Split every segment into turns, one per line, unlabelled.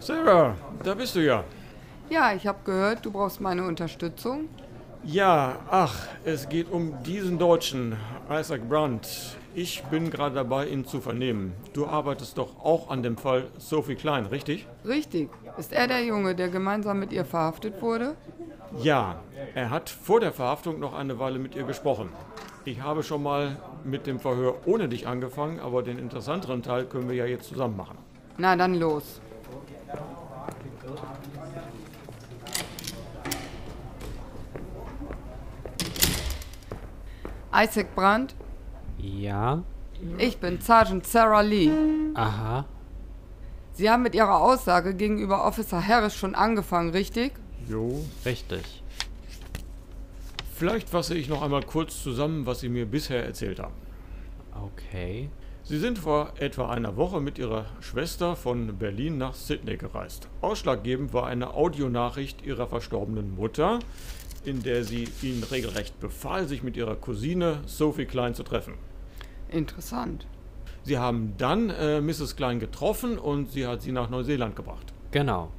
Sarah, da bist du ja.
Ja, ich habe gehört, du brauchst meine Unterstützung.
Ja, ach, es geht um diesen Deutschen, Isaac Brandt. Ich bin gerade dabei, ihn zu vernehmen. Du arbeitest doch auch an dem Fall Sophie Klein, richtig?
Richtig. Ist er der Junge, der gemeinsam mit ihr verhaftet wurde?
Ja, er hat vor der Verhaftung noch eine Weile mit ihr gesprochen. Ich habe schon mal mit dem Verhör ohne dich angefangen, aber den interessanteren Teil können wir ja jetzt zusammen machen.
Na dann los. Isaac Brandt,
Ja.
ich bin Sergeant Sarah Lee.
Aha.
Sie haben mit Ihrer Aussage gegenüber Officer Harris schon angefangen, richtig?
Jo.
Richtig.
Vielleicht fasse ich noch einmal kurz zusammen, was Sie mir bisher erzählt haben.
Okay.
Sie sind vor etwa einer Woche mit ihrer Schwester von Berlin nach Sydney gereist. Ausschlaggebend war eine Audionachricht ihrer verstorbenen Mutter, in der sie ihnen regelrecht befahl, sich mit ihrer Cousine Sophie Klein zu treffen.
Interessant.
Sie haben dann äh, Mrs. Klein getroffen und sie hat sie nach Neuseeland gebracht.
Genau.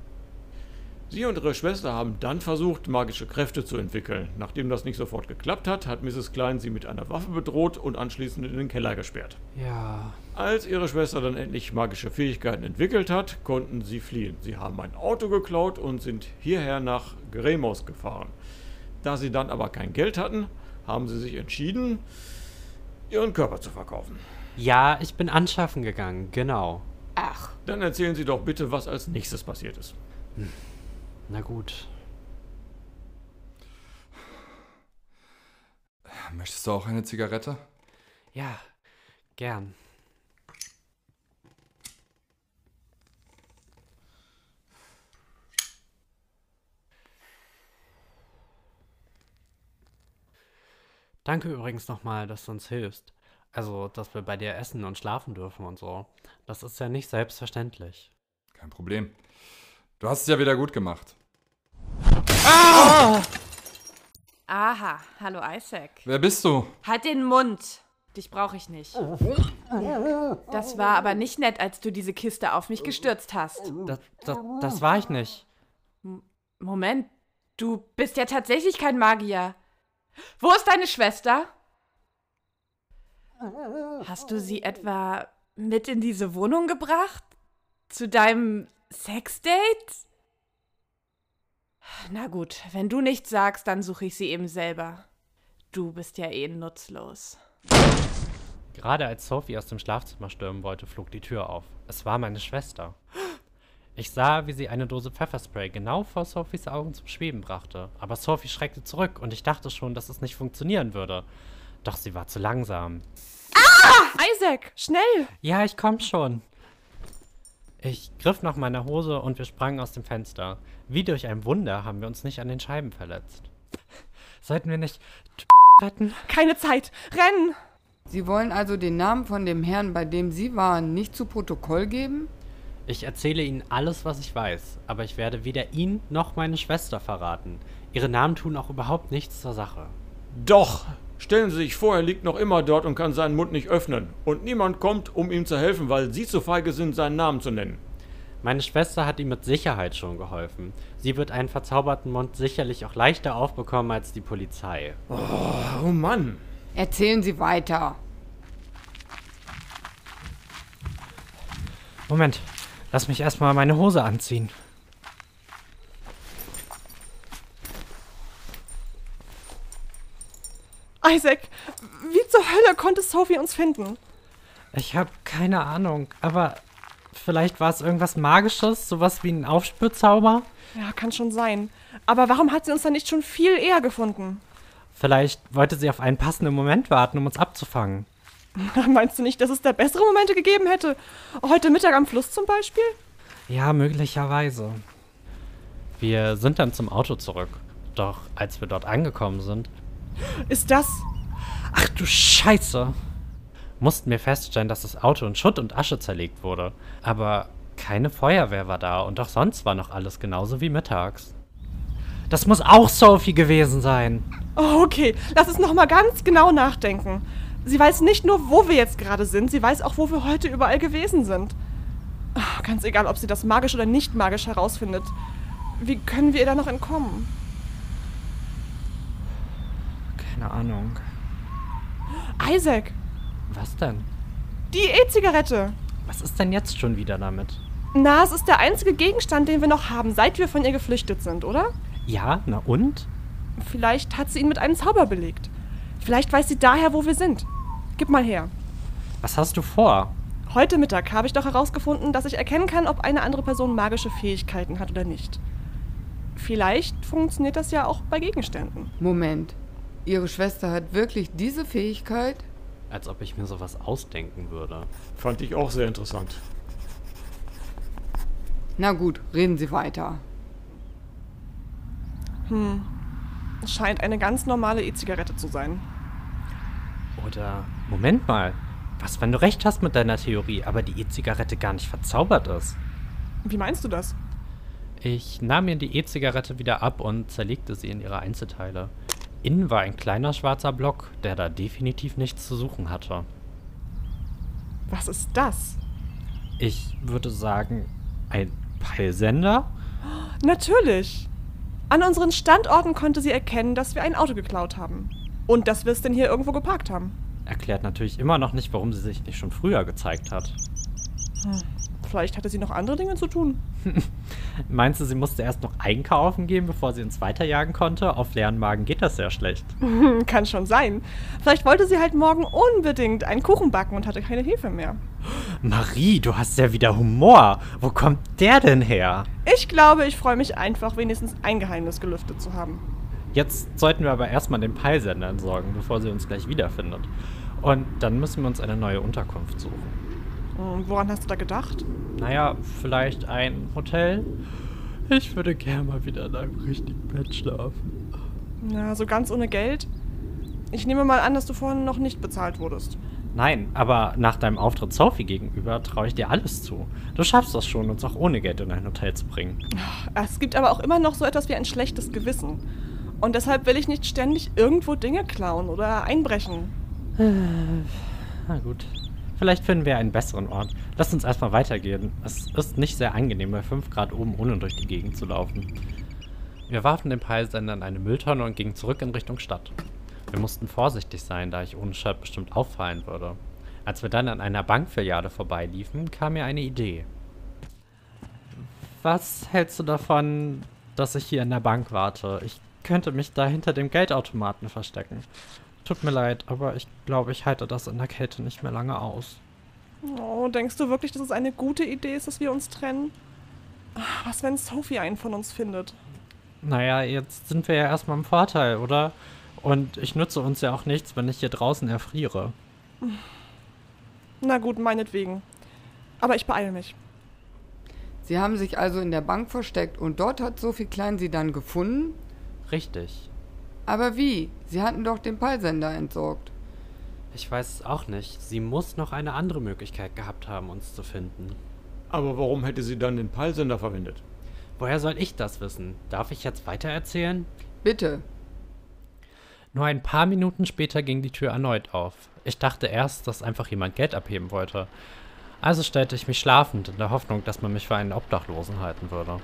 Sie und ihre Schwester haben dann versucht, magische Kräfte zu entwickeln. Nachdem das nicht sofort geklappt hat, hat Mrs. Klein sie mit einer Waffe bedroht und anschließend in den Keller gesperrt.
Ja.
Als ihre Schwester dann endlich magische Fähigkeiten entwickelt hat, konnten sie fliehen. Sie haben ein Auto geklaut und sind hierher nach Gremos gefahren. Da sie dann aber kein Geld hatten, haben sie sich entschieden, ihren Körper zu verkaufen.
Ja, ich bin anschaffen gegangen. Genau.
Ach,
Dann erzählen Sie doch bitte, was als nächstes passiert ist.
Na gut.
Möchtest du auch eine Zigarette?
Ja. Gern. Danke übrigens nochmal, dass du uns hilfst. Also, dass wir bei dir essen und schlafen dürfen und so. Das ist ja nicht selbstverständlich.
Kein Problem. Du hast es ja wieder gut gemacht.
Aha, hallo Isaac.
Wer bist du?
Halt den Mund. Dich brauche ich nicht. Das war aber nicht nett, als du diese Kiste auf mich gestürzt hast.
Das, das, das war ich nicht.
Moment, du bist ja tatsächlich kein Magier. Wo ist deine Schwester? Hast du sie etwa mit in diese Wohnung gebracht? Zu deinem Sexdate? Na gut, wenn du nichts sagst, dann suche ich sie eben selber. Du bist ja eh nutzlos.
Gerade als Sophie aus dem Schlafzimmer stürmen wollte, flog die Tür auf. Es war meine Schwester. Ich sah, wie sie eine Dose Pfefferspray genau vor Sophies Augen zum Schweben brachte. Aber Sophie schreckte zurück und ich dachte schon, dass es nicht funktionieren würde. Doch sie war zu langsam.
Ah! Isaac, schnell!
Ja, ich komm schon. Ich griff nach meiner Hose und wir sprangen aus dem Fenster. Wie durch ein Wunder haben wir uns nicht an den Scheiben verletzt. Sollten wir nicht retten?
Keine Zeit! Rennen!
Sie wollen also den Namen von dem Herrn, bei dem Sie waren, nicht zu Protokoll geben?
Ich erzähle Ihnen alles, was ich weiß, aber ich werde weder ihn noch meine Schwester verraten. Ihre Namen tun auch überhaupt nichts zur Sache.
Doch! Stellen Sie sich vor, er liegt noch immer dort und kann seinen Mund nicht öffnen. Und niemand kommt, um ihm zu helfen, weil Sie zu feige sind, seinen Namen zu nennen.
Meine Schwester hat ihm mit Sicherheit schon geholfen. Sie wird einen verzauberten Mund sicherlich auch leichter aufbekommen als die Polizei.
Oh Mann!
Erzählen Sie weiter.
Moment, lass mich erstmal meine Hose anziehen.
Isaac, wie zur Hölle konnte Sophie uns finden?
Ich habe keine Ahnung, aber vielleicht war es irgendwas Magisches, sowas wie ein Aufspürzauber?
Ja, kann schon sein. Aber warum hat sie uns dann nicht schon viel eher gefunden?
Vielleicht wollte sie auf einen passenden Moment warten, um uns abzufangen.
Meinst du nicht, dass es da bessere Momente gegeben hätte? Heute Mittag am Fluss zum Beispiel?
Ja, möglicherweise. Wir sind dann zum Auto zurück. Doch als wir dort angekommen sind.
Ist das.
Ach du Scheiße! Mussten wir feststellen, dass das Auto in Schutt und Asche zerlegt wurde. Aber keine Feuerwehr war da und auch sonst war noch alles genauso wie mittags. Das muss auch Sophie gewesen sein.
Oh, okay, lass es nochmal ganz genau nachdenken. Sie weiß nicht nur, wo wir jetzt gerade sind, sie weiß auch, wo wir heute überall gewesen sind. Ah, Ganz egal, ob sie das magisch oder nicht magisch herausfindet. Wie können wir ihr da noch entkommen?
Keine Ahnung.
Isaac,
Was denn?
die E-Zigarette!
Was ist denn jetzt schon wieder damit?
Na, es ist der einzige Gegenstand, den wir noch haben, seit wir von ihr geflüchtet sind, oder?
Ja, na und?
Vielleicht hat sie ihn mit einem Zauber belegt. Vielleicht weiß sie daher, wo wir sind. Gib mal her.
Was hast du vor?
Heute Mittag habe ich doch herausgefunden, dass ich erkennen kann, ob eine andere Person magische Fähigkeiten hat oder nicht. Vielleicht funktioniert das ja auch bei Gegenständen.
Moment. Ihre Schwester hat wirklich diese Fähigkeit?
Als ob ich mir sowas ausdenken würde.
Fand ich auch sehr interessant.
Na gut, reden Sie weiter.
Hm. Es scheint eine ganz normale E-Zigarette zu sein.
Oder, Moment mal. Was, wenn du recht hast mit deiner Theorie, aber die E-Zigarette gar nicht verzaubert ist?
Wie meinst du das?
Ich nahm mir die E-Zigarette wieder ab und zerlegte sie in ihre Einzelteile. Innen war ein kleiner schwarzer Block, der da definitiv nichts zu suchen hatte.
Was ist das?
Ich würde sagen, ein Peilsender?
Natürlich! An unseren Standorten konnte sie erkennen, dass wir ein Auto geklaut haben. Und dass wir es denn hier irgendwo geparkt haben.
Erklärt natürlich immer noch nicht, warum sie sich nicht schon früher gezeigt hat.
Vielleicht hatte sie noch andere Dinge zu tun.
Meinst du, sie musste erst noch einkaufen gehen, bevor sie uns weiterjagen konnte? Auf leeren Magen geht das sehr schlecht.
Hm, Kann schon sein. Vielleicht wollte sie halt morgen unbedingt einen Kuchen backen und hatte keine Hilfe mehr.
Marie, du hast ja wieder Humor. Wo kommt der denn her?
Ich glaube, ich freue mich einfach, wenigstens ein Geheimnis gelüftet zu haben.
Jetzt sollten wir aber erstmal den Peilsender entsorgen, bevor sie uns gleich wiederfindet. Und dann müssen wir uns eine neue Unterkunft suchen.
Hm, Woran hast du da gedacht?
Naja, vielleicht ein Hotel? Ich würde gerne mal wieder in einem richtigen Bett schlafen.
Na, so ganz ohne Geld? Ich nehme mal an, dass du vorhin noch nicht bezahlt wurdest.
Nein, aber nach deinem Auftritt Sophie gegenüber traue ich dir alles zu. Du schaffst das schon, uns auch ohne Geld in ein Hotel zu bringen.
Ah, Es gibt aber auch immer noch so etwas wie ein schlechtes Gewissen. Und deshalb will ich nicht ständig irgendwo Dinge klauen oder einbrechen.
Na gut. Vielleicht finden wir einen besseren Ort. Lass uns erstmal weitergehen. Es ist nicht sehr angenehm, bei 5 Grad oben ohne durch die Gegend zu laufen. Wir warfen den Peilsender in eine Mülltonne und gingen zurück in Richtung Stadt. Wir mussten vorsichtig sein, da ich ohne Shirt bestimmt auffallen würde. Als wir dann an einer Bankfiliale vorbeiliefen, kam mir eine Idee. Was hältst du davon, dass ich hier in der Bank warte? Ich könnte mich da hinter dem Geldautomaten verstecken. Tut mir leid, aber ich glaube, ich halte das in der Kälte nicht mehr lange aus.
Oh, denkst du wirklich, dass es eine gute Idee ist, dass wir uns trennen? Ah, Was, wenn Sophie einen von uns findet?
Naja, jetzt sind wir ja erstmal im Vorteil, oder? Und ich nütze uns ja auch nichts, wenn ich hier draußen erfriere.
Hm. Na gut, meinetwegen. Aber ich beeile mich.
Sie haben sich also in der Bank versteckt und dort hat Sophie Klein sie dann gefunden?
Richtig.
Aber wie? Sie hatten doch den Peilsender entsorgt.
Ich weiß es auch nicht. Sie muss noch eine andere Möglichkeit gehabt haben, uns zu finden.
Aber warum hätte sie dann den Peilsender verwendet?
Woher soll ich das wissen? Darf ich jetzt weitererzählen?
Bitte,
Nur ein paar Minuten später ging die Tür erneut auf. Ich dachte erst, dass einfach jemand Geld abheben wollte. Also stellte ich mich schlafend in der Hoffnung, dass man mich für einen Obdachlosen halten würde.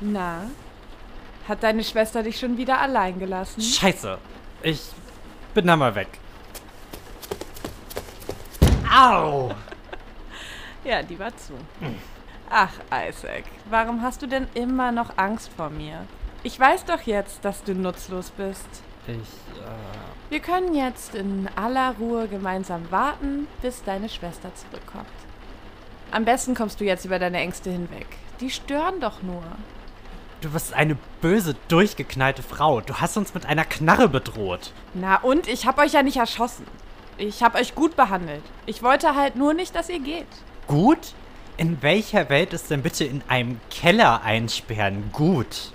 Na? Hat deine Schwester dich schon wieder allein gelassen?
Scheiße! Ich bin da mal weg. Au!
Ja, die war zu. Ach, Isaac, warum hast du denn immer noch Angst vor mir? Ich weiß doch jetzt, dass du nutzlos bist.
Ich, äh,
Wir können jetzt in aller Ruhe gemeinsam warten, bis deine Schwester zurückkommt. Am besten kommst du jetzt über deine Ängste hinweg. Die stören doch nur.
du bist eine böse, durchgeknallte Frau. Du hast uns mit einer Knarre bedroht.
Na und, ich hab euch ja nicht erschossen. Ich hab euch gut behandelt. Ich wollte halt nur nicht, dass ihr geht.
Gut? In welcher Welt ist denn bitte in einem Keller einsperren gut?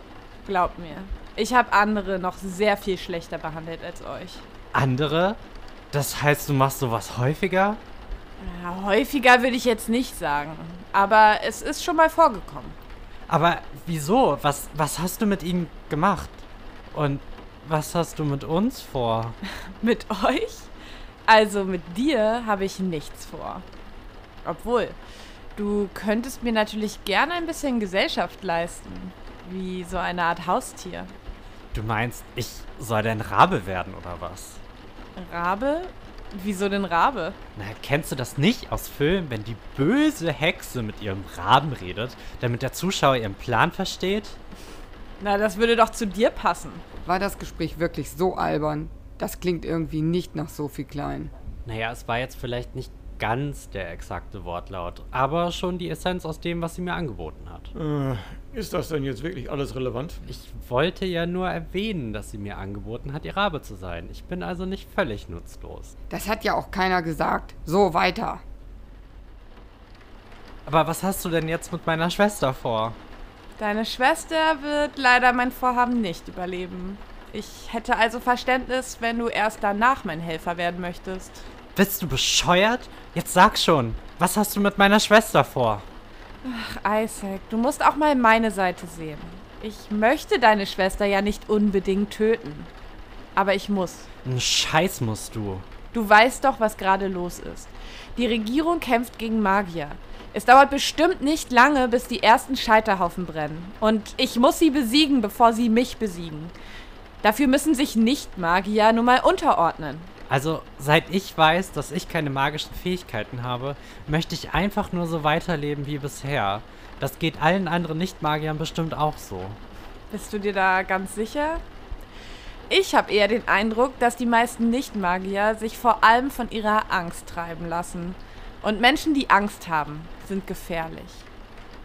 Glaubt mir. Ich hab andere noch sehr viel schlechter behandelt als euch.
Andere? Das heißt, du machst sowas häufiger?
Ja, häufiger würde ich jetzt nicht sagen. Aber es ist schon mal vorgekommen.
Aber wieso? Was, was hast du mit ihnen gemacht? Und was hast du mit uns vor?
Mit euch? Also mit dir habe ich nichts vor. Obwohl, Du könntest mir natürlich gerne ein bisschen Gesellschaft leisten. Wie so eine Art Haustier.
Du meinst, ich soll dein Rabe werden oder was?
Rabe? Wieso denn Rabe?
Na, kennst du das nicht aus Filmen, wenn die böse Hexe mit ihrem Raben redet, damit der Zuschauer ihren Plan versteht?
Na, das würde doch zu dir passen.
War das Gespräch wirklich so albern? Das klingt irgendwie nicht nach Sophie Klein.
Naja, es war jetzt vielleicht nicht ganz der exakte Wortlaut, aber schon die Essenz aus dem, was sie mir angeboten hat.
Äh, ist das denn jetzt wirklich alles relevant?
Ich wollte ja nur erwähnen, dass sie mir angeboten hat, ihr Rabe zu sein. Ich bin also nicht völlig nutzlos.
Das hat ja auch keiner gesagt. So weiter.
Aber was hast du denn jetzt mit meiner Schwester vor?
Deine Schwester wird leider mein Vorhaben nicht überleben. Ich hätte also Verständnis, wenn du erst danach mein Helfer werden möchtest.
Bist du bescheuert? Jetzt sag schon, was hast du mit meiner Schwester vor?
Ach, Isaac, du musst auch mal meine Seite sehen. Ich möchte deine Schwester ja nicht unbedingt töten. Aber ich muss.
Ein Scheiß musst du.
Du weißt doch, was gerade los ist. Die Regierung kämpft gegen Magier. Es dauert bestimmt nicht lange, bis die ersten Scheiterhaufen brennen. Und ich muss sie besiegen, bevor sie mich besiegen. Dafür müssen sich Nicht-Magier nun mal unterordnen.
Also, seit ich weiß, dass ich keine magischen Fähigkeiten habe, möchte ich einfach nur so weiterleben wie bisher. Das geht allen anderen Nichtmagiern bestimmt auch so.
Bist du dir da ganz sicher? Ich habe eher den Eindruck, dass die meisten Nichtmagier sich vor allem von ihrer Angst treiben lassen. Und Menschen, die Angst haben, sind gefährlich.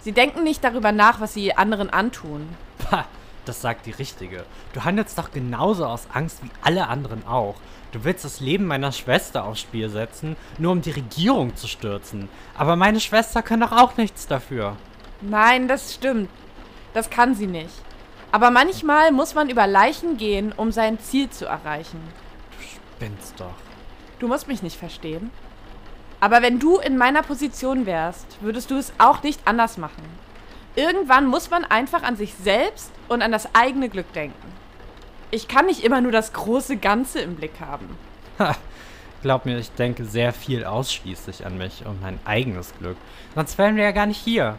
Sie denken nicht darüber nach, was sie anderen antun.
Pah, das sagt die Richtige. Du handelst doch genauso aus Angst wie alle anderen auch. Du willst das Leben meiner Schwester aufs Spiel setzen, nur um die Regierung zu stürzen. Aber meine Schwester kann doch auch nichts dafür.
Nein, das stimmt. Das kann sie nicht. Aber manchmal muss man über Leichen gehen, um sein Ziel zu erreichen.
Du spinnst doch.
Du musst mich nicht verstehen. Aber wenn du in meiner Position wärst, würdest du es auch nicht anders machen. Irgendwann muss man einfach an sich selbst und an das eigene Glück denken. Ich kann nicht immer nur das große Ganze im Blick haben.
Ha, glaub mir, ich denke sehr viel ausschließlich an mich und mein eigenes Glück. Sonst wären wir ja gar nicht hier.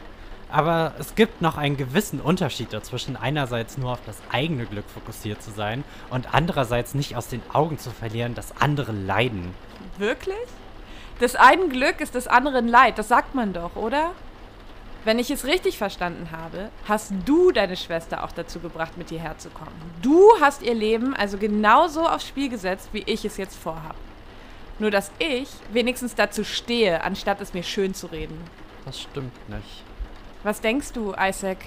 Aber es gibt noch einen gewissen Unterschied dazwischen, einerseits nur auf das eigene Glück fokussiert zu sein und andererseits nicht aus den Augen zu verlieren, dass andere leiden.
Wirklich? Des einen Glück ist des anderen Leid, das sagt man doch, oder? Wenn ich es richtig verstanden habe, hast du deine Schwester auch dazu gebracht, mit hierher zu kommen. Du hast ihr Leben also genauso aufs Spiel gesetzt, wie ich es jetzt vorhabe. Nur dass ich wenigstens dazu stehe, anstatt es mir schön zu reden.
Das stimmt nicht.
Was denkst du, Isaac?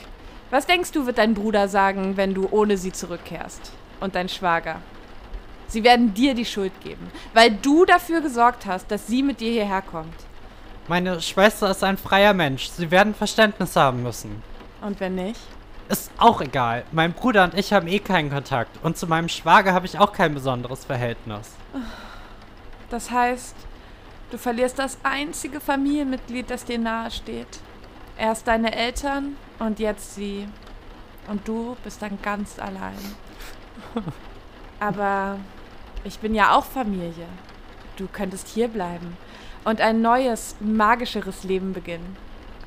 Was denkst du, wird dein Bruder sagen, wenn du ohne sie zurückkehrst? Und dein Schwager? Sie werden dir die Schuld geben, weil du dafür gesorgt hast, dass sie mit dir hierher kommt.
Meine Schwester ist ein freier Mensch. Sie werden Verständnis haben müssen.
Und wenn nicht?
Ist auch egal. Mein Bruder und ich haben eh keinen Kontakt. Und zu meinem Schwager habe ich auch kein besonderes Verhältnis.
Das heißt, du verlierst das einzige Familienmitglied, das dir nahe steht. Erst deine Eltern und jetzt sie. Und du bist dann ganz allein. Aber ich bin ja auch Familie. Du könntest hier bleiben und ein neues, magischeres Leben beginnen.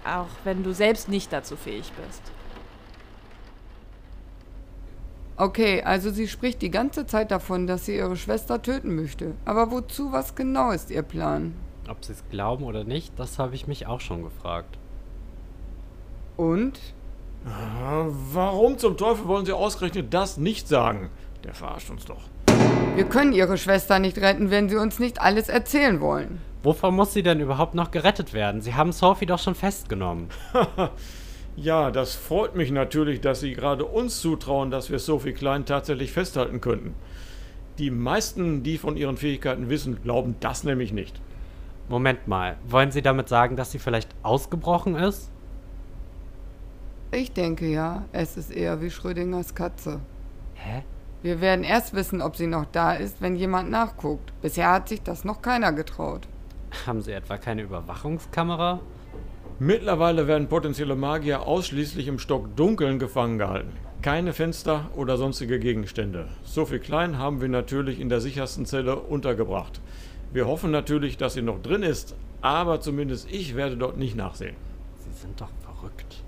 Auch wenn du selbst nicht dazu fähig bist.
Okay, also sie spricht die ganze Zeit davon, dass sie ihre Schwester töten möchte. Aber wozu, was genau ist ihr Plan?
Ob sie es glauben oder nicht, das habe ich mich auch schon gefragt.
Und?
Ah, Warum zum Teufel wollen Sie ausgerechnet das nicht sagen? Der verarscht uns doch.
Wir können ihre Schwester nicht retten, wenn sie uns nicht alles erzählen wollen.
Wovon muss sie denn überhaupt noch gerettet werden? Sie haben Sophie doch schon festgenommen.
Ja, das freut mich natürlich, dass Sie gerade uns zutrauen, dass wir Sophie Klein tatsächlich festhalten könnten. Die meisten, die von ihren Fähigkeiten wissen, glauben das nämlich nicht.
Moment mal, wollen Sie damit sagen, dass sie vielleicht ausgebrochen ist?
Ich denke ja, es ist eher wie Schrödingers Katze.
Hä?
Wir werden erst wissen, ob sie noch da ist, wenn jemand nachguckt. Bisher hat sich das noch keiner getraut.
Haben Sie etwa keine Überwachungskamera?
Mittlerweile werden potenzielle Magier ausschließlich im Stockdunkeln gefangen gehalten. Keine Fenster oder sonstige Gegenstände. Sophie Klein haben wir natürlich in der sichersten Zelle untergebracht. Wir hoffen natürlich, dass sie noch drin ist, aber zumindest ich werde dort nicht nachsehen.
Sie sind doch verrückt.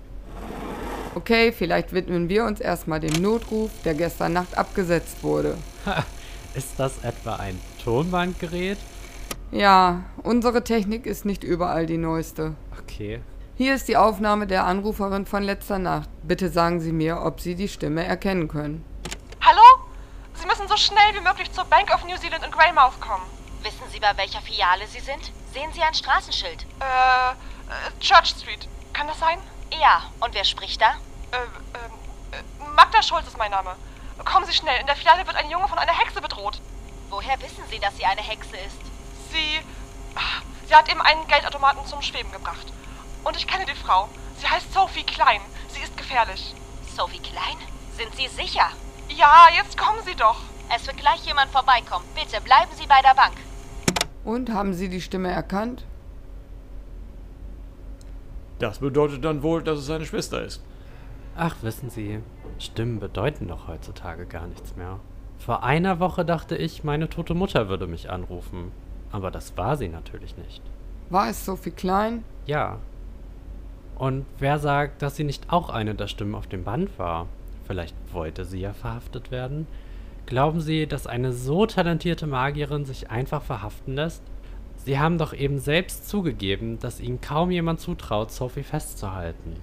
Okay, vielleicht widmen wir uns erstmal dem Notruf, der gestern Nacht abgesetzt wurde.
Ist das etwa ein Tonbandgerät?
Ja, unsere Technik ist nicht überall die neueste.
Okay.
Hier ist die Aufnahme der Anruferin von letzter Nacht. Bitte sagen Sie mir, ob Sie die Stimme erkennen können.
Hallo? Sie müssen so schnell wie möglich zur Bank of New Zealand in Greymouth kommen.
Wissen Sie, bei welcher Filiale Sie sind? Sehen Sie ein Straßenschild?
Äh, äh, Church Street. Kann das sein?
Ja, und wer spricht da?
Äh, ähm, äh, Magda Schulz ist mein Name. Kommen Sie schnell, in der Filiale wird ein Junge von einer Hexe bedroht.
Woher wissen Sie, dass sie eine Hexe ist?
Sie. ah, Sie hat eben einen Geldautomaten zum Schweben gebracht. Und ich kenne die Frau. Sie heißt Sophie Klein. Sie ist gefährlich.
Sophie Klein? Sind Sie sicher?
Ja, jetzt kommen Sie doch.
Es wird gleich jemand vorbeikommen. Bitte bleiben Sie bei der Bank.
Und haben Sie die Stimme erkannt?
Das bedeutet dann wohl, dass es seine Schwester ist.
Ach, wissen Sie, Stimmen bedeuten doch heutzutage gar nichts mehr. Vor einer Woche dachte ich, meine tote Mutter würde mich anrufen. Aber das war sie natürlich nicht.
War es Sophie Klein?
Ja. Und wer sagt, dass sie nicht auch eine der Stimmen auf dem Band war? Vielleicht wollte sie ja verhaftet werden? Glauben Sie, dass eine so talentierte Magierin sich einfach verhaften lässt? Sie haben doch eben selbst zugegeben, dass Ihnen kaum jemand zutraut, Sophie festzuhalten.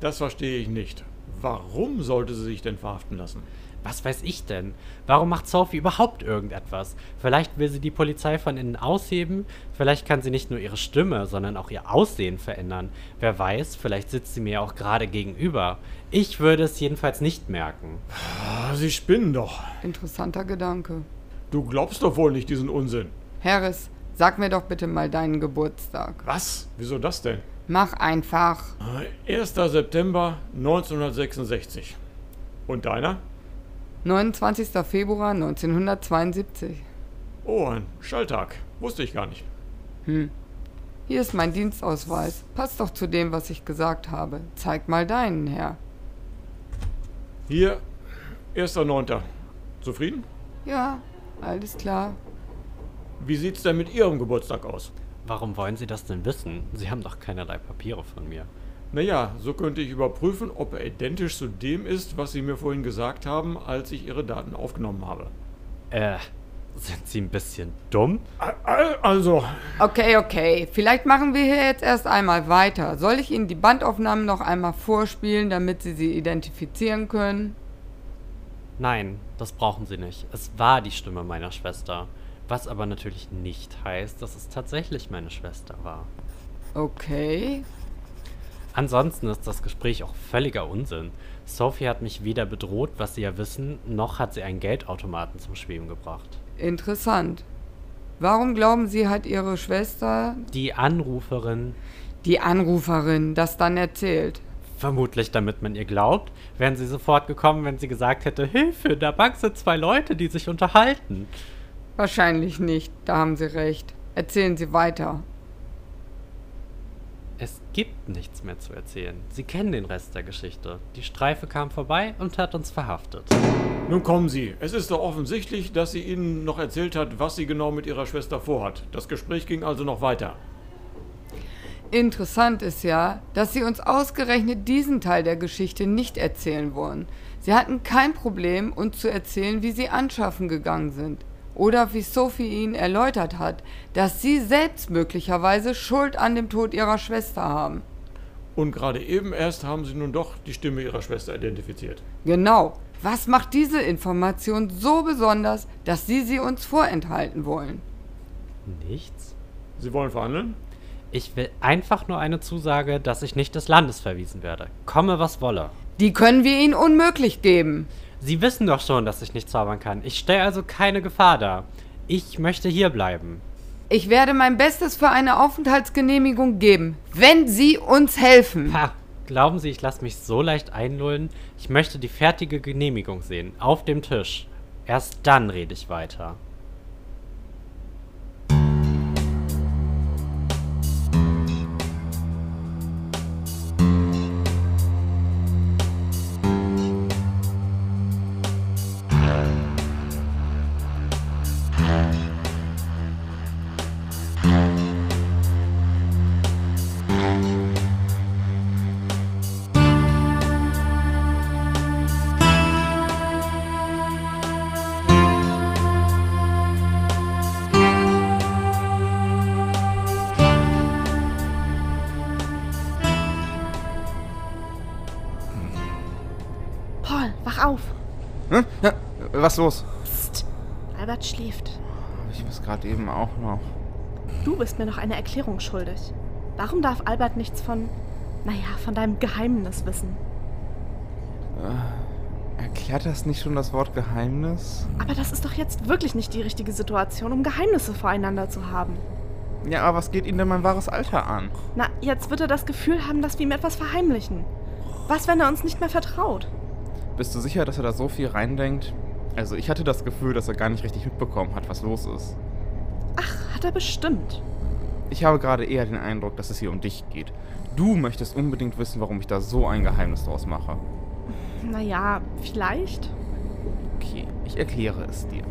Das verstehe ich nicht. Warum sollte sie sich denn verhaften lassen?
Was weiß ich denn? Warum macht Sophie überhaupt irgendetwas? Vielleicht will sie die Polizei von innen ausheben, vielleicht kann sie nicht nur ihre Stimme, sondern auch ihr Aussehen verändern. Wer weiß, vielleicht sitzt sie mir auch gerade gegenüber. Ich würde es jedenfalls nicht merken.
Ah, sie spinnen doch.
Interessanter Gedanke.
Du glaubst doch wohl nicht diesen Unsinn.
Harris, sag mir doch bitte mal deinen Geburtstag.
Was? Wieso das denn?
Mach einfach.
1. September 1966. Und deiner?
29. Februar 1972.
Oh, ein Schalltag. Wusste ich gar nicht.
Hier ist mein Dienstausweis. Passt doch zu dem, was ich gesagt habe. Zeig mal deinen her.
Hier, 1.9. Zufrieden?
Ja, alles klar.
Wie sieht's denn mit Ihrem Geburtstag aus?
Warum wollen Sie das denn wissen? Sie haben doch keinerlei Papiere von mir.
Naja, so könnte ich überprüfen, ob er identisch zu dem ist, was Sie mir vorhin gesagt haben, als ich Ihre Daten aufgenommen habe.
Äh, sind Sie ein bisschen dumm?
Also,
Okay, okay. Vielleicht machen wir hier jetzt erst einmal weiter. Soll ich Ihnen die Bandaufnahmen noch einmal vorspielen, damit Sie sie identifizieren können?
Nein, das brauchen Sie nicht. Es war die Stimme meiner Schwester. Was aber natürlich nicht heißt, dass es tatsächlich meine Schwester war.
Okay.
Ansonsten ist das Gespräch auch völliger Unsinn. Sophie hat mich weder bedroht, was Sie ja wissen, noch hat sie einen Geldautomaten zum Schweben gebracht.
Interessant. Warum glauben Sie, hat Ihre Schwester,
Die Anruferin,
die Anruferin, das dann erzählt?
vermutlich damit man ihr glaubt, wären sie sofort gekommen, wenn sie gesagt hätte, Hilfe, da bank sind zwei Leute, die sich unterhalten.
Wahrscheinlich nicht, da haben Sie recht. Erzählen Sie weiter.
Es gibt nichts mehr zu erzählen. Sie kennen den Rest der Geschichte. Die Streife kam vorbei und hat uns verhaftet.
nun kommen Sie. Es ist doch offensichtlich, dass sie Ihnen noch erzählt hat, was sie genau mit Ihrer Schwester vorhat. Das Gespräch ging also noch weiter.
Interessant ist ja, dass Sie uns ausgerechnet diesen Teil der Geschichte nicht erzählen wollen. Sie hatten kein Problem, uns zu erzählen, wie Sie anschaffen gegangen sind. Oder wie Sophie Ihnen erläutert hat, dass Sie selbst möglicherweise Schuld an dem Tod Ihrer Schwester haben.
Und gerade eben erst haben Sie nun doch die Stimme Ihrer Schwester identifiziert.
Genau. Was macht diese Information so besonders, dass Sie sie uns vorenthalten wollen?
Nichts?
Sie wollen verhandeln?
Ich will einfach nur eine Zusage, dass ich nicht des Landes verwiesen werde. Komme, was wolle.
Die können wir Ihnen unmöglich geben.
Sie wissen doch schon, dass ich nicht zaubern kann. Ich stelle also keine Gefahr dar. Ich möchte hier bleiben.
Ich werde mein Bestes für eine Aufenthaltsgenehmigung geben, wenn Sie uns helfen.
Ha, glauben Sie, ich lasse mich so leicht einlullen? Ich möchte die fertige Genehmigung sehen, auf dem Tisch. Erst dann rede ich weiter.
auf!
Hm? Ja, was los?
Psst! Albert schläft.
Ich muss gerade eben auch noch.
Du bist mir noch eine Erklärung schuldig. Warum darf Albert nichts von, naja, von deinem Geheimnis wissen?
Äh, erklärt das nicht schon das Wort Geheimnis?
Aber das ist doch jetzt wirklich nicht die richtige Situation, um Geheimnisse voreinander zu haben.
Ja, aber was geht Ihnen denn mein wahres Alter an?
Na, jetzt wird er das Gefühl haben, dass wir ihm etwas verheimlichen. Was, wenn er uns nicht mehr vertraut?
Bist du sicher, dass er da so viel reindenkt? Also, ich hatte das Gefühl, dass er gar nicht richtig mitbekommen hat, was los ist.
Ach, hat er bestimmt.
Ich habe gerade eher den Eindruck, dass es hier um dich geht. Du möchtest unbedingt wissen, warum ich da so ein Geheimnis draus mache.
Naja, vielleicht.
Okay, ich erkläre es dir.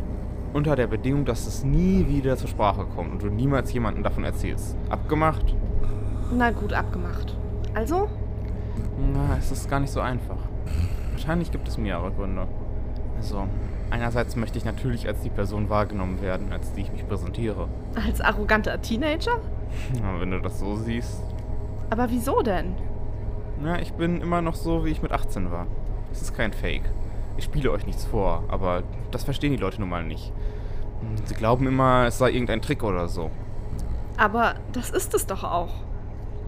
Unter der Bedingung, dass es nie wieder zur Sprache kommt und du niemals jemandem davon erzählst. Abgemacht?
Na gut, abgemacht. Also?
Na, es ist gar nicht so einfach. Wahrscheinlich gibt es mehrere Gründe. Also, einerseits möchte ich natürlich als die Person wahrgenommen werden, als die ich mich präsentiere.
Als arroganter Teenager?
Na, wenn du das so siehst.
Aber wieso denn?
Na, ich bin immer noch so, wie ich mit 18 war. Es ist kein Fake. Ich spiele euch nichts vor, aber das verstehen die Leute nun mal nicht. Sie glauben immer, es sei irgendein Trick oder so.
Aber das ist es doch auch.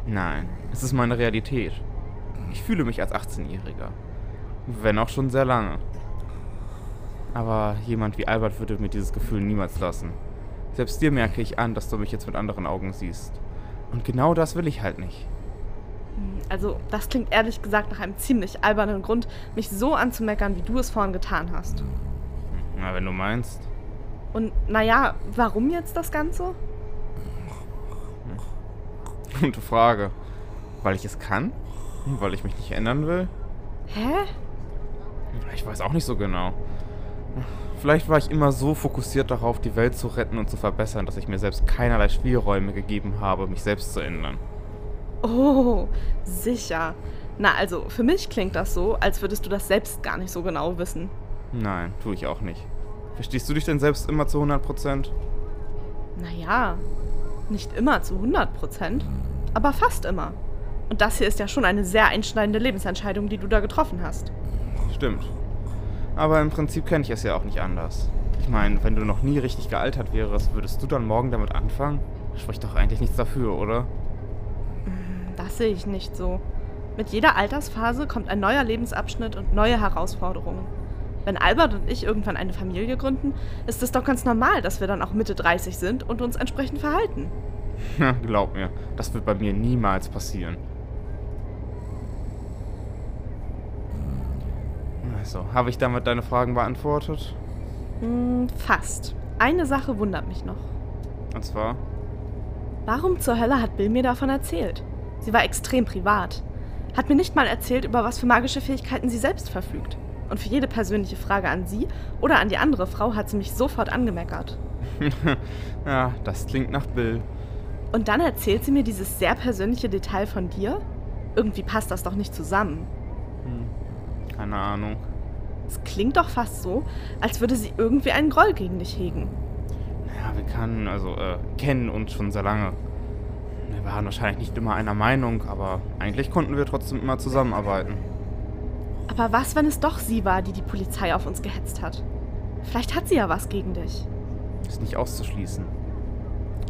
Nein, es ist meine Realität. Ich fühle mich als 18-Jähriger. Wenn auch schon sehr lange. Aber jemand wie Albert würde mir dieses Gefühl niemals lassen. Selbst dir merke ich an, dass du mich jetzt mit anderen Augen siehst. Und genau das will ich halt nicht.
Also, das klingt ehrlich gesagt nach einem ziemlich albernen Grund, mich so anzumeckern, wie du es vorhin getan hast.
Na, wenn du meinst.
Und naja, warum jetzt das Ganze?
Gute Frage. Weil ich es kann? Weil ich mich nicht ändern will?
Hä?
Ich weiß auch nicht so genau. Vielleicht war ich immer so fokussiert darauf, die Welt zu retten und zu verbessern, dass ich mir selbst keinerlei Spielräume gegeben habe, mich selbst zu ändern.
Oh, sicher. Na, also, für mich klingt das so, als würdest du das selbst gar nicht so genau wissen.
Nein, tue ich auch nicht. Verstehst du dich denn selbst immer zu 100%?
Naja, nicht immer zu 100%, aber fast immer. Und das hier ist ja schon eine sehr einschneidende Lebensentscheidung, die du da getroffen hast.
Stimmt. Aber im Prinzip kenne ich es ja auch nicht anders. Ich meine, wenn du noch nie richtig gealtert wärst, würdest du dann morgen damit anfangen? Spricht doch eigentlich nichts dafür, oder?
Das sehe ich nicht so. Mit jeder Altersphase kommt ein neuer Lebensabschnitt und neue Herausforderungen. Wenn Albert und ich irgendwann eine Familie gründen, ist es doch ganz normal, dass wir dann auch Mitte 30 sind und uns entsprechend verhalten.
Na, glaub mir, das wird bei mir niemals passieren. Also, habe ich damit deine Fragen beantwortet?
Hm, fast. Eine Sache wundert mich noch.
Und zwar?
Warum zur Hölle hat Bill mir davon erzählt? Sie war extrem privat. Hat mir nicht mal erzählt, über was für magische Fähigkeiten sie selbst verfügt. Und für jede persönliche Frage an sie oder an die andere Frau hat sie mich sofort angemeckert.
ja, das klingt nach Bill.
Und dann erzählt sie mir dieses sehr persönliche Detail von dir? Irgendwie passt das doch nicht zusammen.
Hm, keine Ahnung.
Es klingt doch fast so, als würde sie irgendwie einen Groll gegen dich hegen.
Naja, wir kann, also, äh, kennen uns schon sehr lange. Wir waren wahrscheinlich nicht immer einer Meinung, aber eigentlich konnten wir trotzdem immer zusammenarbeiten.
Aber was, wenn es doch sie war, die die Polizei auf uns gehetzt hat? Vielleicht hat sie ja was gegen dich.
Ist nicht auszuschließen.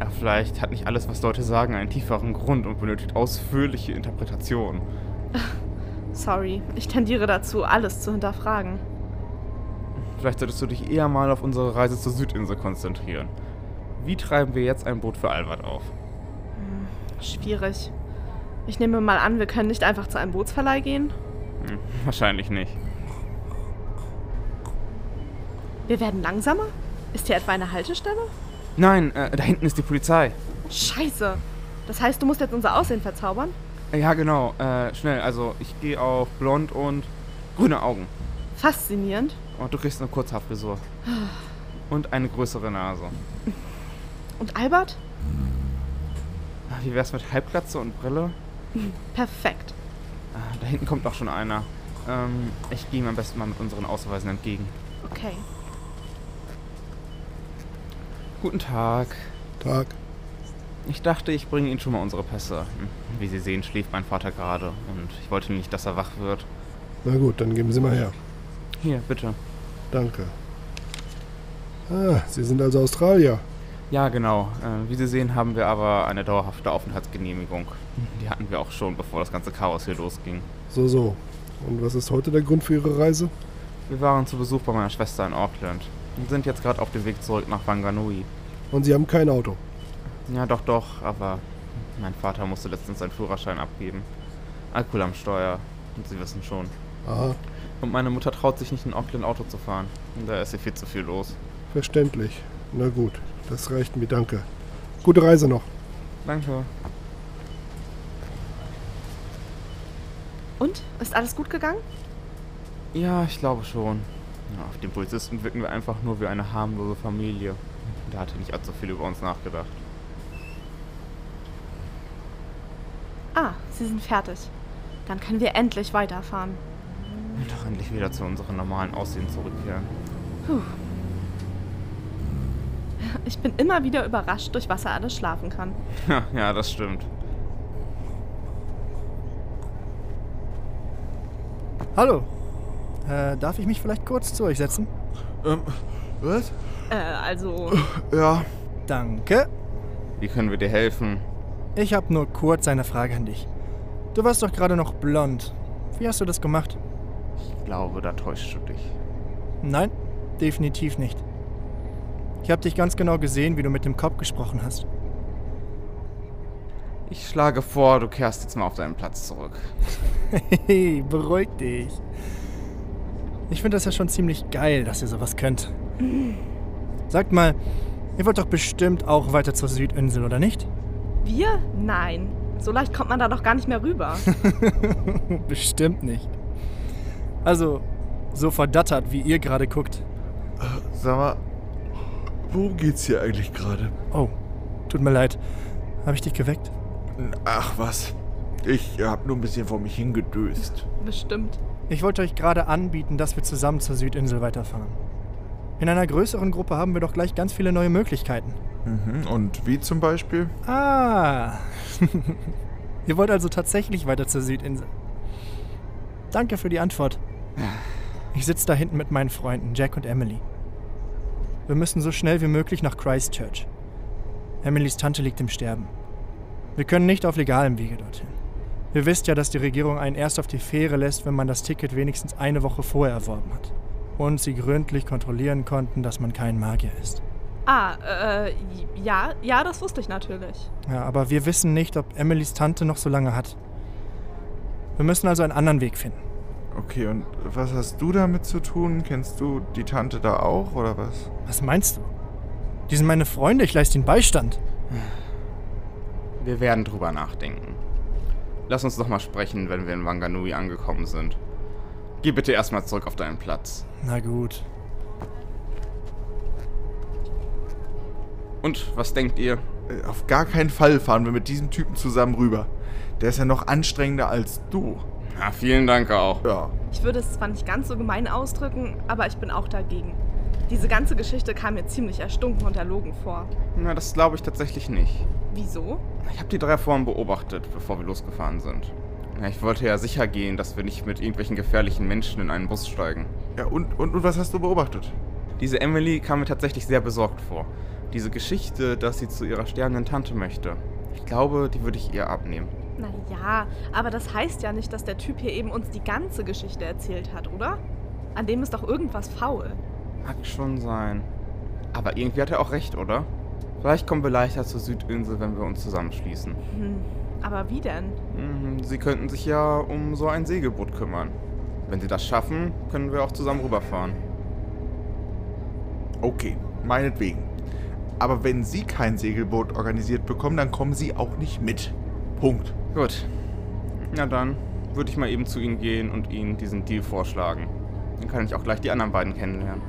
Ja, vielleicht hat nicht alles, was Leute sagen, einen tieferen Grund und benötigt ausführliche Interpretation.
Sorry, ich tendiere dazu, alles zu hinterfragen.
Vielleicht solltest du dich eher mal auf unsere Reise zur Südinsel konzentrieren. Wie treiben wir jetzt ein Boot für Albert auf?
Hm, Schwierig. Ich nehme mal an, wir können nicht einfach zu einem Bootsverleih gehen.
Hm, wahrscheinlich nicht.
Wir werden langsamer? Ist hier etwa eine Haltestelle?
Nein, äh, da hinten ist die Polizei.
Scheiße. Das heißt, du musst jetzt unser Aussehen verzaubern?
Ja, genau. Äh, schnell. Also, ich gehe auf blond und grüne Augen.
Faszinierend.
Und du kriegst eine Kurzhaftfrisur. und eine größere Nase.
Und Albert?
Ah, Wie wär's mit Halbglatze und Brille?
Perfekt.
Ah, Da hinten kommt auch schon einer. Ähm, ich gehe ihm am besten mal mit unseren Ausweisen entgegen.
Okay.
Guten Tag.
Tag.
Ich dachte, ich bringe Ihnen schon mal unsere Pässe. Hm, Wie Sie sehen, schläft mein Vater gerade und ich wollte nicht, dass er wach wird.
Na gut, dann geben Sie mal her.
Hier, bitte.
Danke. Ah, Sie sind also Australier.
Ja, genau. Äh, wie Sie sehen, haben wir aber eine dauerhafte Aufenthaltsgenehmigung. Die hatten wir auch schon, bevor das ganze Chaos hier losging.
So, so. Und was ist heute der Grund für Ihre Reise?
Wir waren zu Besuch bei meiner Schwester in Auckland und sind jetzt gerade auf dem Weg zurück nach Wanganui.
Und Sie haben kein Auto.
Ja, doch, doch, aber mein Vater musste letztens seinen Führerschein abgeben. Alkohol am Steuer. Und Sie wissen schon.
Aha.
Und meine Mutter traut sich nicht in Auckland Auto zu fahren. Da ist hier viel zu viel los.
Verständlich. Na gut, das reicht mir, danke. Gute Reise noch.
Danke.
Und? Ist alles gut gegangen?
Ja, ich glaube schon. Ja, auf den Polizisten wirken wir einfach nur wie eine harmlose Familie. Da hatte nicht allzu viel über uns nachgedacht.
Ah, sie sind fertig. Dann können wir endlich weiterfahren.
Und doch endlich wieder zu unserem normalen Aussehen zurückkehren.
Puh. Ich bin immer wieder überrascht, durch was er alles schlafen kann.
ja, das stimmt.
Hallo. Äh, darf ich mich vielleicht kurz zu euch setzen?
Ähm, was?
Äh, also.
Ja.
Danke.
Wie können wir dir helfen?
Ich habe nur kurz eine Frage an dich. Du warst doch gerade noch blond. Wie hast du das gemacht?
Ich glaube, da täuschst du dich.
Nein, definitiv nicht. Ich habe dich ganz genau gesehen, wie du mit dem Kopf gesprochen hast.
Ich schlage vor, du kehrst jetzt mal auf deinen Platz zurück.
Hey, beruhig dich. Ich finde das ja schon ziemlich geil, dass ihr sowas könnt. Sagt mal, ihr wollt doch bestimmt auch weiter zur Südinsel, oder nicht?
Wir? Nein. So leicht kommt man da doch gar nicht mehr rüber.
bestimmt nicht. Also, so verdattert, wie ihr gerade guckt.
Sag mal, worum geht's hier eigentlich gerade?
Oh, tut mir leid. Habe ich dich geweckt?
Ach was. Ich hab nur ein bisschen vor mich hingedöst.
Bestimmt.
Ich wollte euch gerade anbieten, dass wir zusammen zur Südinsel weiterfahren. In einer größeren Gruppe haben wir doch gleich ganz viele neue Möglichkeiten.
Mhm. Und wie zum Beispiel?
Ah. Ihr wollt also tatsächlich weiter zur Südinsel. Danke für die Antwort. Ich sitze da hinten mit meinen Freunden, Jack und Emily. Wir müssen so schnell wie möglich nach Christchurch. Emilys Tante liegt im Sterben. Wir können nicht auf legalem Wege dorthin. Ihr wisst ja, dass die Regierung einen erst auf die Fähre lässt, wenn man das Ticket wenigstens eine Woche vorher erworben hat. Und sie gründlich kontrollieren konnten, dass man kein Magier ist.
Ah, äh, ja, ja, das wusste ich natürlich.
Ja, aber wir wissen nicht, ob Emilys Tante noch so lange hat. Wir müssen also einen anderen Weg finden.
Okay, und was hast du damit zu tun? Kennst du die Tante da auch, oder was?
Was meinst du? Die sind meine Freunde, ich leiste ihnen Beistand.
Wir werden drüber nachdenken. Lass uns nochmal sprechen, wenn wir in Wanganui angekommen sind. Geh bitte erstmal zurück auf deinen Platz.
Na gut.
Und was denkt ihr?
Äh, Auf gar keinen Fall fahren wir mit diesem Typen zusammen rüber. Der ist ja noch anstrengender als du.
Na, vielen Dank auch.
Ja.
Ich würde es zwar nicht ganz so gemein ausdrücken, aber ich bin auch dagegen. Diese ganze Geschichte kam mir ziemlich erstunken und erlogen vor.
Na, das glaube ich tatsächlich nicht.
Wieso?
Ich habe die drei vorhin beobachtet, bevor wir losgefahren sind. Ja, ich wollte ja sicher gehen, dass wir nicht mit irgendwelchen gefährlichen Menschen in einen Bus steigen.
Ja, und, und, und was hast du beobachtet?
Diese Emily kam mir tatsächlich sehr besorgt vor. Diese Geschichte, dass sie zu ihrer sterbenden Tante möchte. Ich glaube, die würde ich ihr abnehmen.
Naja, aber das heißt ja nicht, dass der Typ hier eben uns die ganze Geschichte erzählt hat, oder? An dem ist doch irgendwas faul.
Mag schon sein. Aber irgendwie hat er auch recht, oder? Vielleicht kommen wir leichter zur Südinsel, wenn wir uns zusammenschließen. Mhm,
Hm, aber wie denn?
Sie könnten sich ja um so ein Segelboot kümmern. Wenn sie das schaffen, können wir auch zusammen rüberfahren.
Okay, meinetwegen. Aber wenn Sie kein Segelboot organisiert bekommen, dann kommen Sie auch nicht mit. Punkt.
Gut. Na dann würde ich mal eben zu Ihnen gehen und Ihnen diesen Deal vorschlagen. Dann kann ich auch gleich die anderen beiden kennenlernen.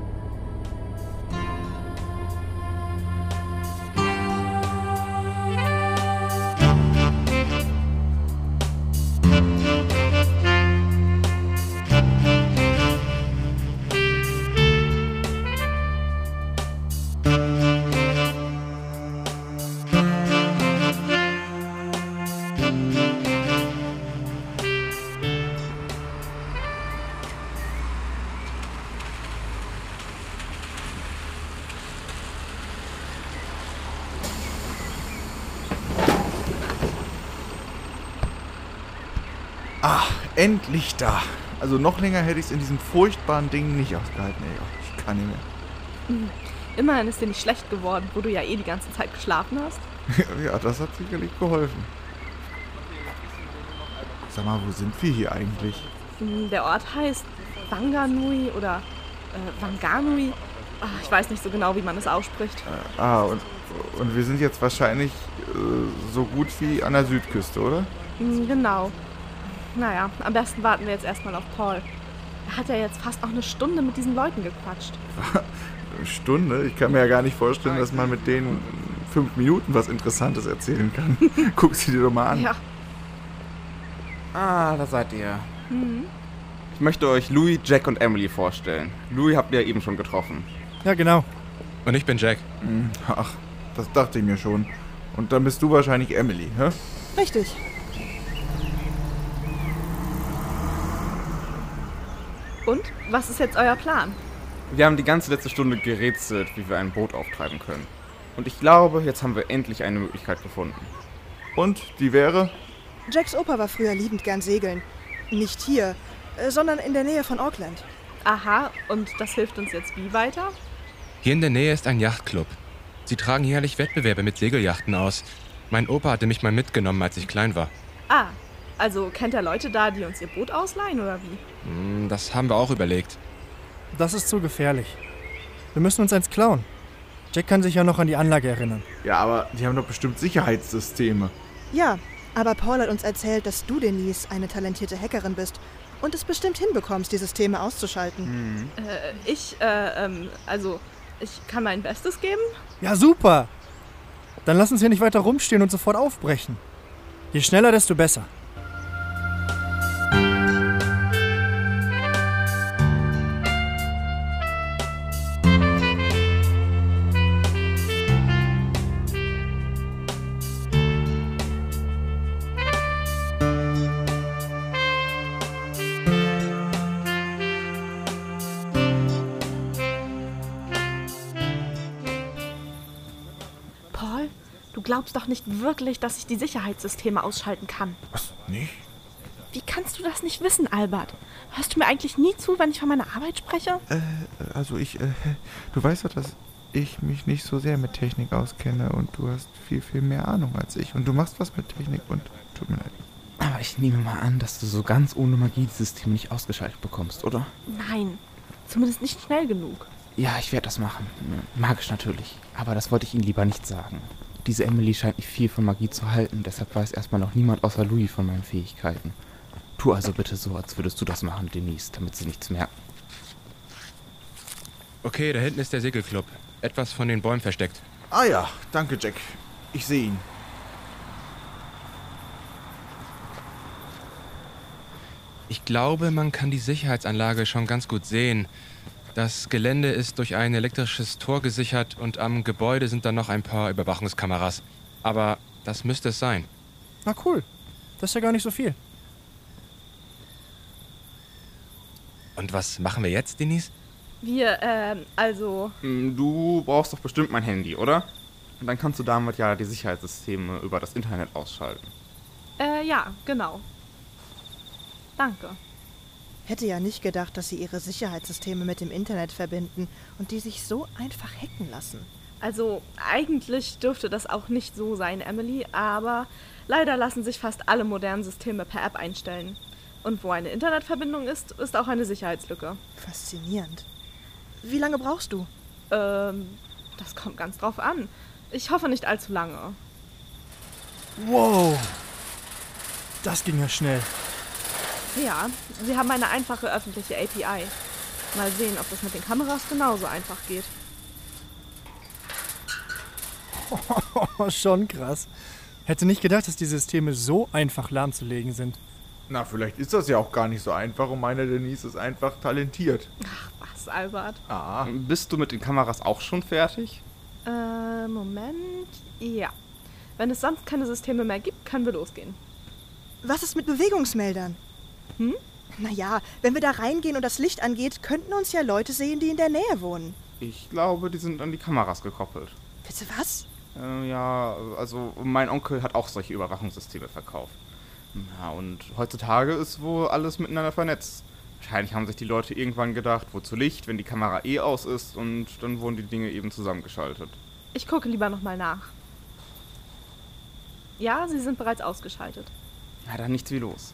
Ah, endlich da. Also noch länger hätte ich es in diesem furchtbaren Ding nicht ausgehalten. Ey, ich kann nicht mehr.
Hm. Immerhin ist dir nicht schlecht geworden, wo du ja eh die ganze Zeit geschlafen hast.
ja, das hat sicherlich geholfen. Sag mal, wo sind wir hier eigentlich?
Hm, Der Ort heißt Wanganui oder äh, Wanganui. Ach, ich weiß nicht so genau, wie man es ausspricht.
Ah, und, und wir sind jetzt wahrscheinlich äh, so gut wie an der Südküste, oder?
Hm, Genau. Naja, am besten warten wir jetzt erstmal auf Paul. Er hat ja jetzt fast auch eine Stunde mit diesen Leuten gequatscht.
Stunde? Ich kann mir ja gar nicht vorstellen, dass man mit denen fünf Minuten was Interessantes erzählen kann. Guck sie dir doch mal an.
Ja.
Ah, da seid ihr.
Hm.
Ich möchte euch Louis, Jack und Emily vorstellen. Louis habt ihr eben schon getroffen.
Ja, genau.
Und ich bin Jack. Hm, Ach, das dachte ich mir schon. Und dann bist du wahrscheinlich Emily, hä?
Richtig.
Und? Was ist jetzt euer Plan?
Wir haben die ganze letzte Stunde gerätselt, wie wir ein Boot auftreiben können. Und ich glaube, jetzt haben wir endlich eine Möglichkeit gefunden.
Und die wäre?
Jacks Opa war früher liebend gern segeln. Nicht hier, äh, sondern in der Nähe von Auckland.
Aha, und das hilft uns jetzt wie weiter?
Hier in der Nähe ist ein Yachtclub. Sie tragen jährlich Wettbewerbe mit Segelyachten aus. Mein Opa hatte mich mal mitgenommen, als ich klein war.
Ah, also kennt er Leute da, die uns ihr Boot ausleihen oder wie?
Hm, Das haben wir auch überlegt.
Das ist zu gefährlich. Wir müssen uns eins klauen. Jack kann sich ja noch an die Anlage erinnern.
Ja, aber die haben doch bestimmt Sicherheitssysteme.
Ja, aber Paul hat uns erzählt, dass du, Denise, eine talentierte Hackerin bist und es bestimmt hinbekommst, die Systeme auszuschalten.
Äh, ich, äh, ähm, also, ich kann mein Bestes geben.
Ja, super! Dann lass uns hier nicht weiter rumstehen und sofort aufbrechen. Je schneller, desto besser.
Paul, du glaubst doch nicht wirklich, dass ich die Sicherheitssysteme ausschalten kann.
Was? Nicht?
Wie kannst du das nicht wissen, Albert? Hörst du mir eigentlich nie zu, wenn ich von meiner Arbeit spreche?
Äh, also ich, äh, du weißt doch, dass ich mich nicht so sehr mit Technik auskenne und du hast viel, viel mehr Ahnung als ich. Und du machst was mit Technik und tut mir leid.
Aber ich nehme mal an, dass du so ganz ohne Magie das System nicht ausgeschaltet bekommst, oder?
Nein, zumindest nicht schnell genug.
Ja, ich werde das machen. Magisch natürlich. Aber das wollte ich Ihnen lieber nicht sagen. Diese Emily scheint nicht viel von Magie zu halten, deshalb weiß erstmal noch niemand außer Louis von meinen Fähigkeiten. Tu also bitte so, als würdest du das machen, Denise, damit sie nichts merken.
Okay, da hinten ist der Segelclub. Etwas von den Bäumen versteckt.
Ah ja, danke, Jack. Ich sehe ihn.
Ich glaube, man kann die Sicherheitsanlage schon ganz gut sehen. Das Gelände ist durch ein elektrisches Tor gesichert und am Gebäude sind dann noch ein paar Überwachungskameras. Aber das müsste es sein.
Na cool. Das ist ja gar nicht so viel.
Und was machen wir jetzt, Denise?
Wir, ähm, also,
Hm, Du brauchst doch bestimmt mein Handy, oder? Und dann kannst du damit ja die Sicherheitssysteme über das Internet ausschalten.
äh, ja, genau. Danke.
Hätte ja nicht gedacht, dass sie ihre Sicherheitssysteme mit dem Internet verbinden und die sich so einfach hacken lassen.
Also, eigentlich dürfte das auch nicht so sein, Emily, aber leider lassen sich fast alle modernen Systeme per App einstellen. Und wo eine Internetverbindung ist, ist auch eine Sicherheitslücke.
Faszinierend. Wie lange brauchst du?
Ähm, das kommt ganz drauf an. Ich hoffe nicht allzu lange.
Wow! Das ging ja schnell.
Ja, sie haben eine einfache öffentliche API. Mal sehen, ob das mit den Kameras genauso einfach geht.
Oh, Schon krass. Hätte nicht gedacht, dass die Systeme so einfach lahmzulegen sind.
Na, vielleicht ist das ja auch gar nicht so einfach und meine Denise ist einfach talentiert.
Was, Albert?
Ah.
Bist du mit den Kameras auch schon fertig?
Äh, Moment. Ja. Wenn es sonst keine Systeme mehr gibt, können wir losgehen.
Was ist mit Bewegungsmeldern?
Hm?
Naja, wenn wir da reingehen und das Licht angeht, könnten uns ja Leute sehen, die in der Nähe wohnen.
Ich glaube, die sind an die Kameras gekoppelt.
Bitte was?
Äh, ja, also mein Onkel hat auch solche Überwachungssysteme verkauft. Na, und heutzutage ist wohl alles miteinander vernetzt. Wahrscheinlich haben sich die Leute irgendwann gedacht, wozu Licht, wenn die Kamera eh aus ist und dann wurden die Dinge eben zusammengeschaltet.
Ich gucke lieber nochmal nach. Ja, sie sind bereits ausgeschaltet.
Ja, dann nichts wie los.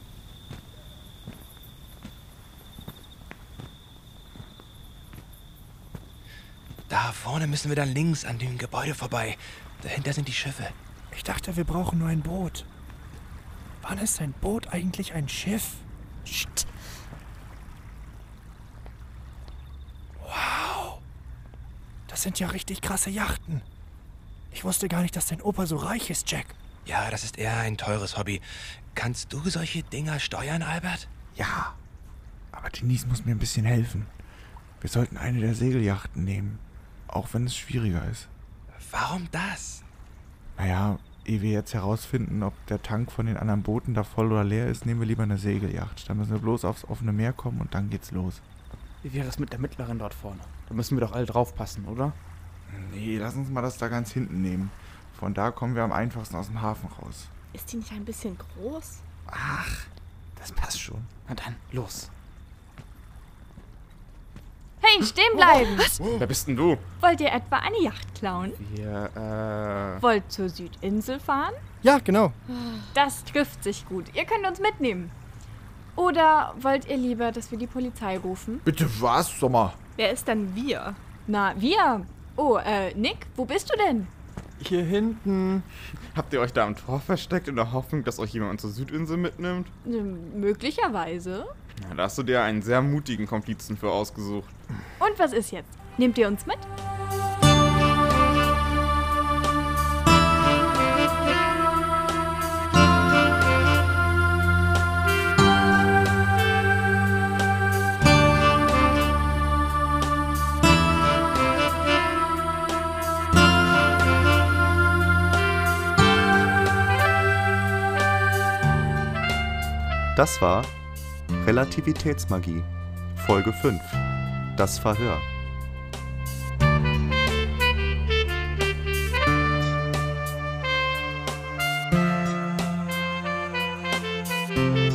Da vorne müssen wir dann links an dem Gebäude vorbei. Dahinter sind die Schiffe.
Ich dachte, wir brauchen nur ein Boot. Wann ist ein Boot eigentlich ein Schiff? Shit. Wow. Das sind ja richtig krasse Yachten. Ich wusste gar nicht, dass dein Opa so reich ist, Jack.
Ja, das ist eher ein teures Hobby. Kannst du solche Dinger steuern, Albert?
Ja. Aber Denise muss mir ein bisschen helfen. Wir sollten eine der Segeljachten nehmen. Auch wenn es schwieriger ist.
Warum das?
Naja, ehe wir jetzt herausfinden, ob der Tank von den anderen Booten da voll oder leer ist, nehmen wir lieber eine Segeljacht. Da müssen wir bloß aufs offene Meer kommen und dann geht's los.
Wie wäre es mit der mittleren dort vorne? Da müssen wir doch alle draufpassen, oder?
Nee, lass uns mal das da ganz hinten nehmen. Von da kommen wir am einfachsten aus dem Hafen raus.
Ist die nicht ein bisschen groß?
Ach, das passt schon. Na dann, los.
Hey, stehen bleiben!
Wer bist denn du?
Wollt ihr etwa eine Yacht klauen?
Wir, äh.
Wollt zur Südinsel fahren?
Ja, genau.
Das trifft sich gut. Ihr könnt uns mitnehmen. Oder wollt ihr lieber, dass wir die Polizei rufen?
Bitte was, Sommer?
Wer ist denn wir?
Na, wir. Oh, äh, Nick, wo bist du denn?
Hier hinten.
Habt ihr euch da am Tor versteckt in der Hoffnung, dass euch jemand zur Südinsel mitnimmt?
Hm, Möglicherweise.
Na, da hast du dir einen sehr mutigen Komplizen für ausgesucht.
Und was ist jetzt? Nehmt ihr uns mit?
Das war Relativitätsmagie, Folge 5. Das Verhör.
Musik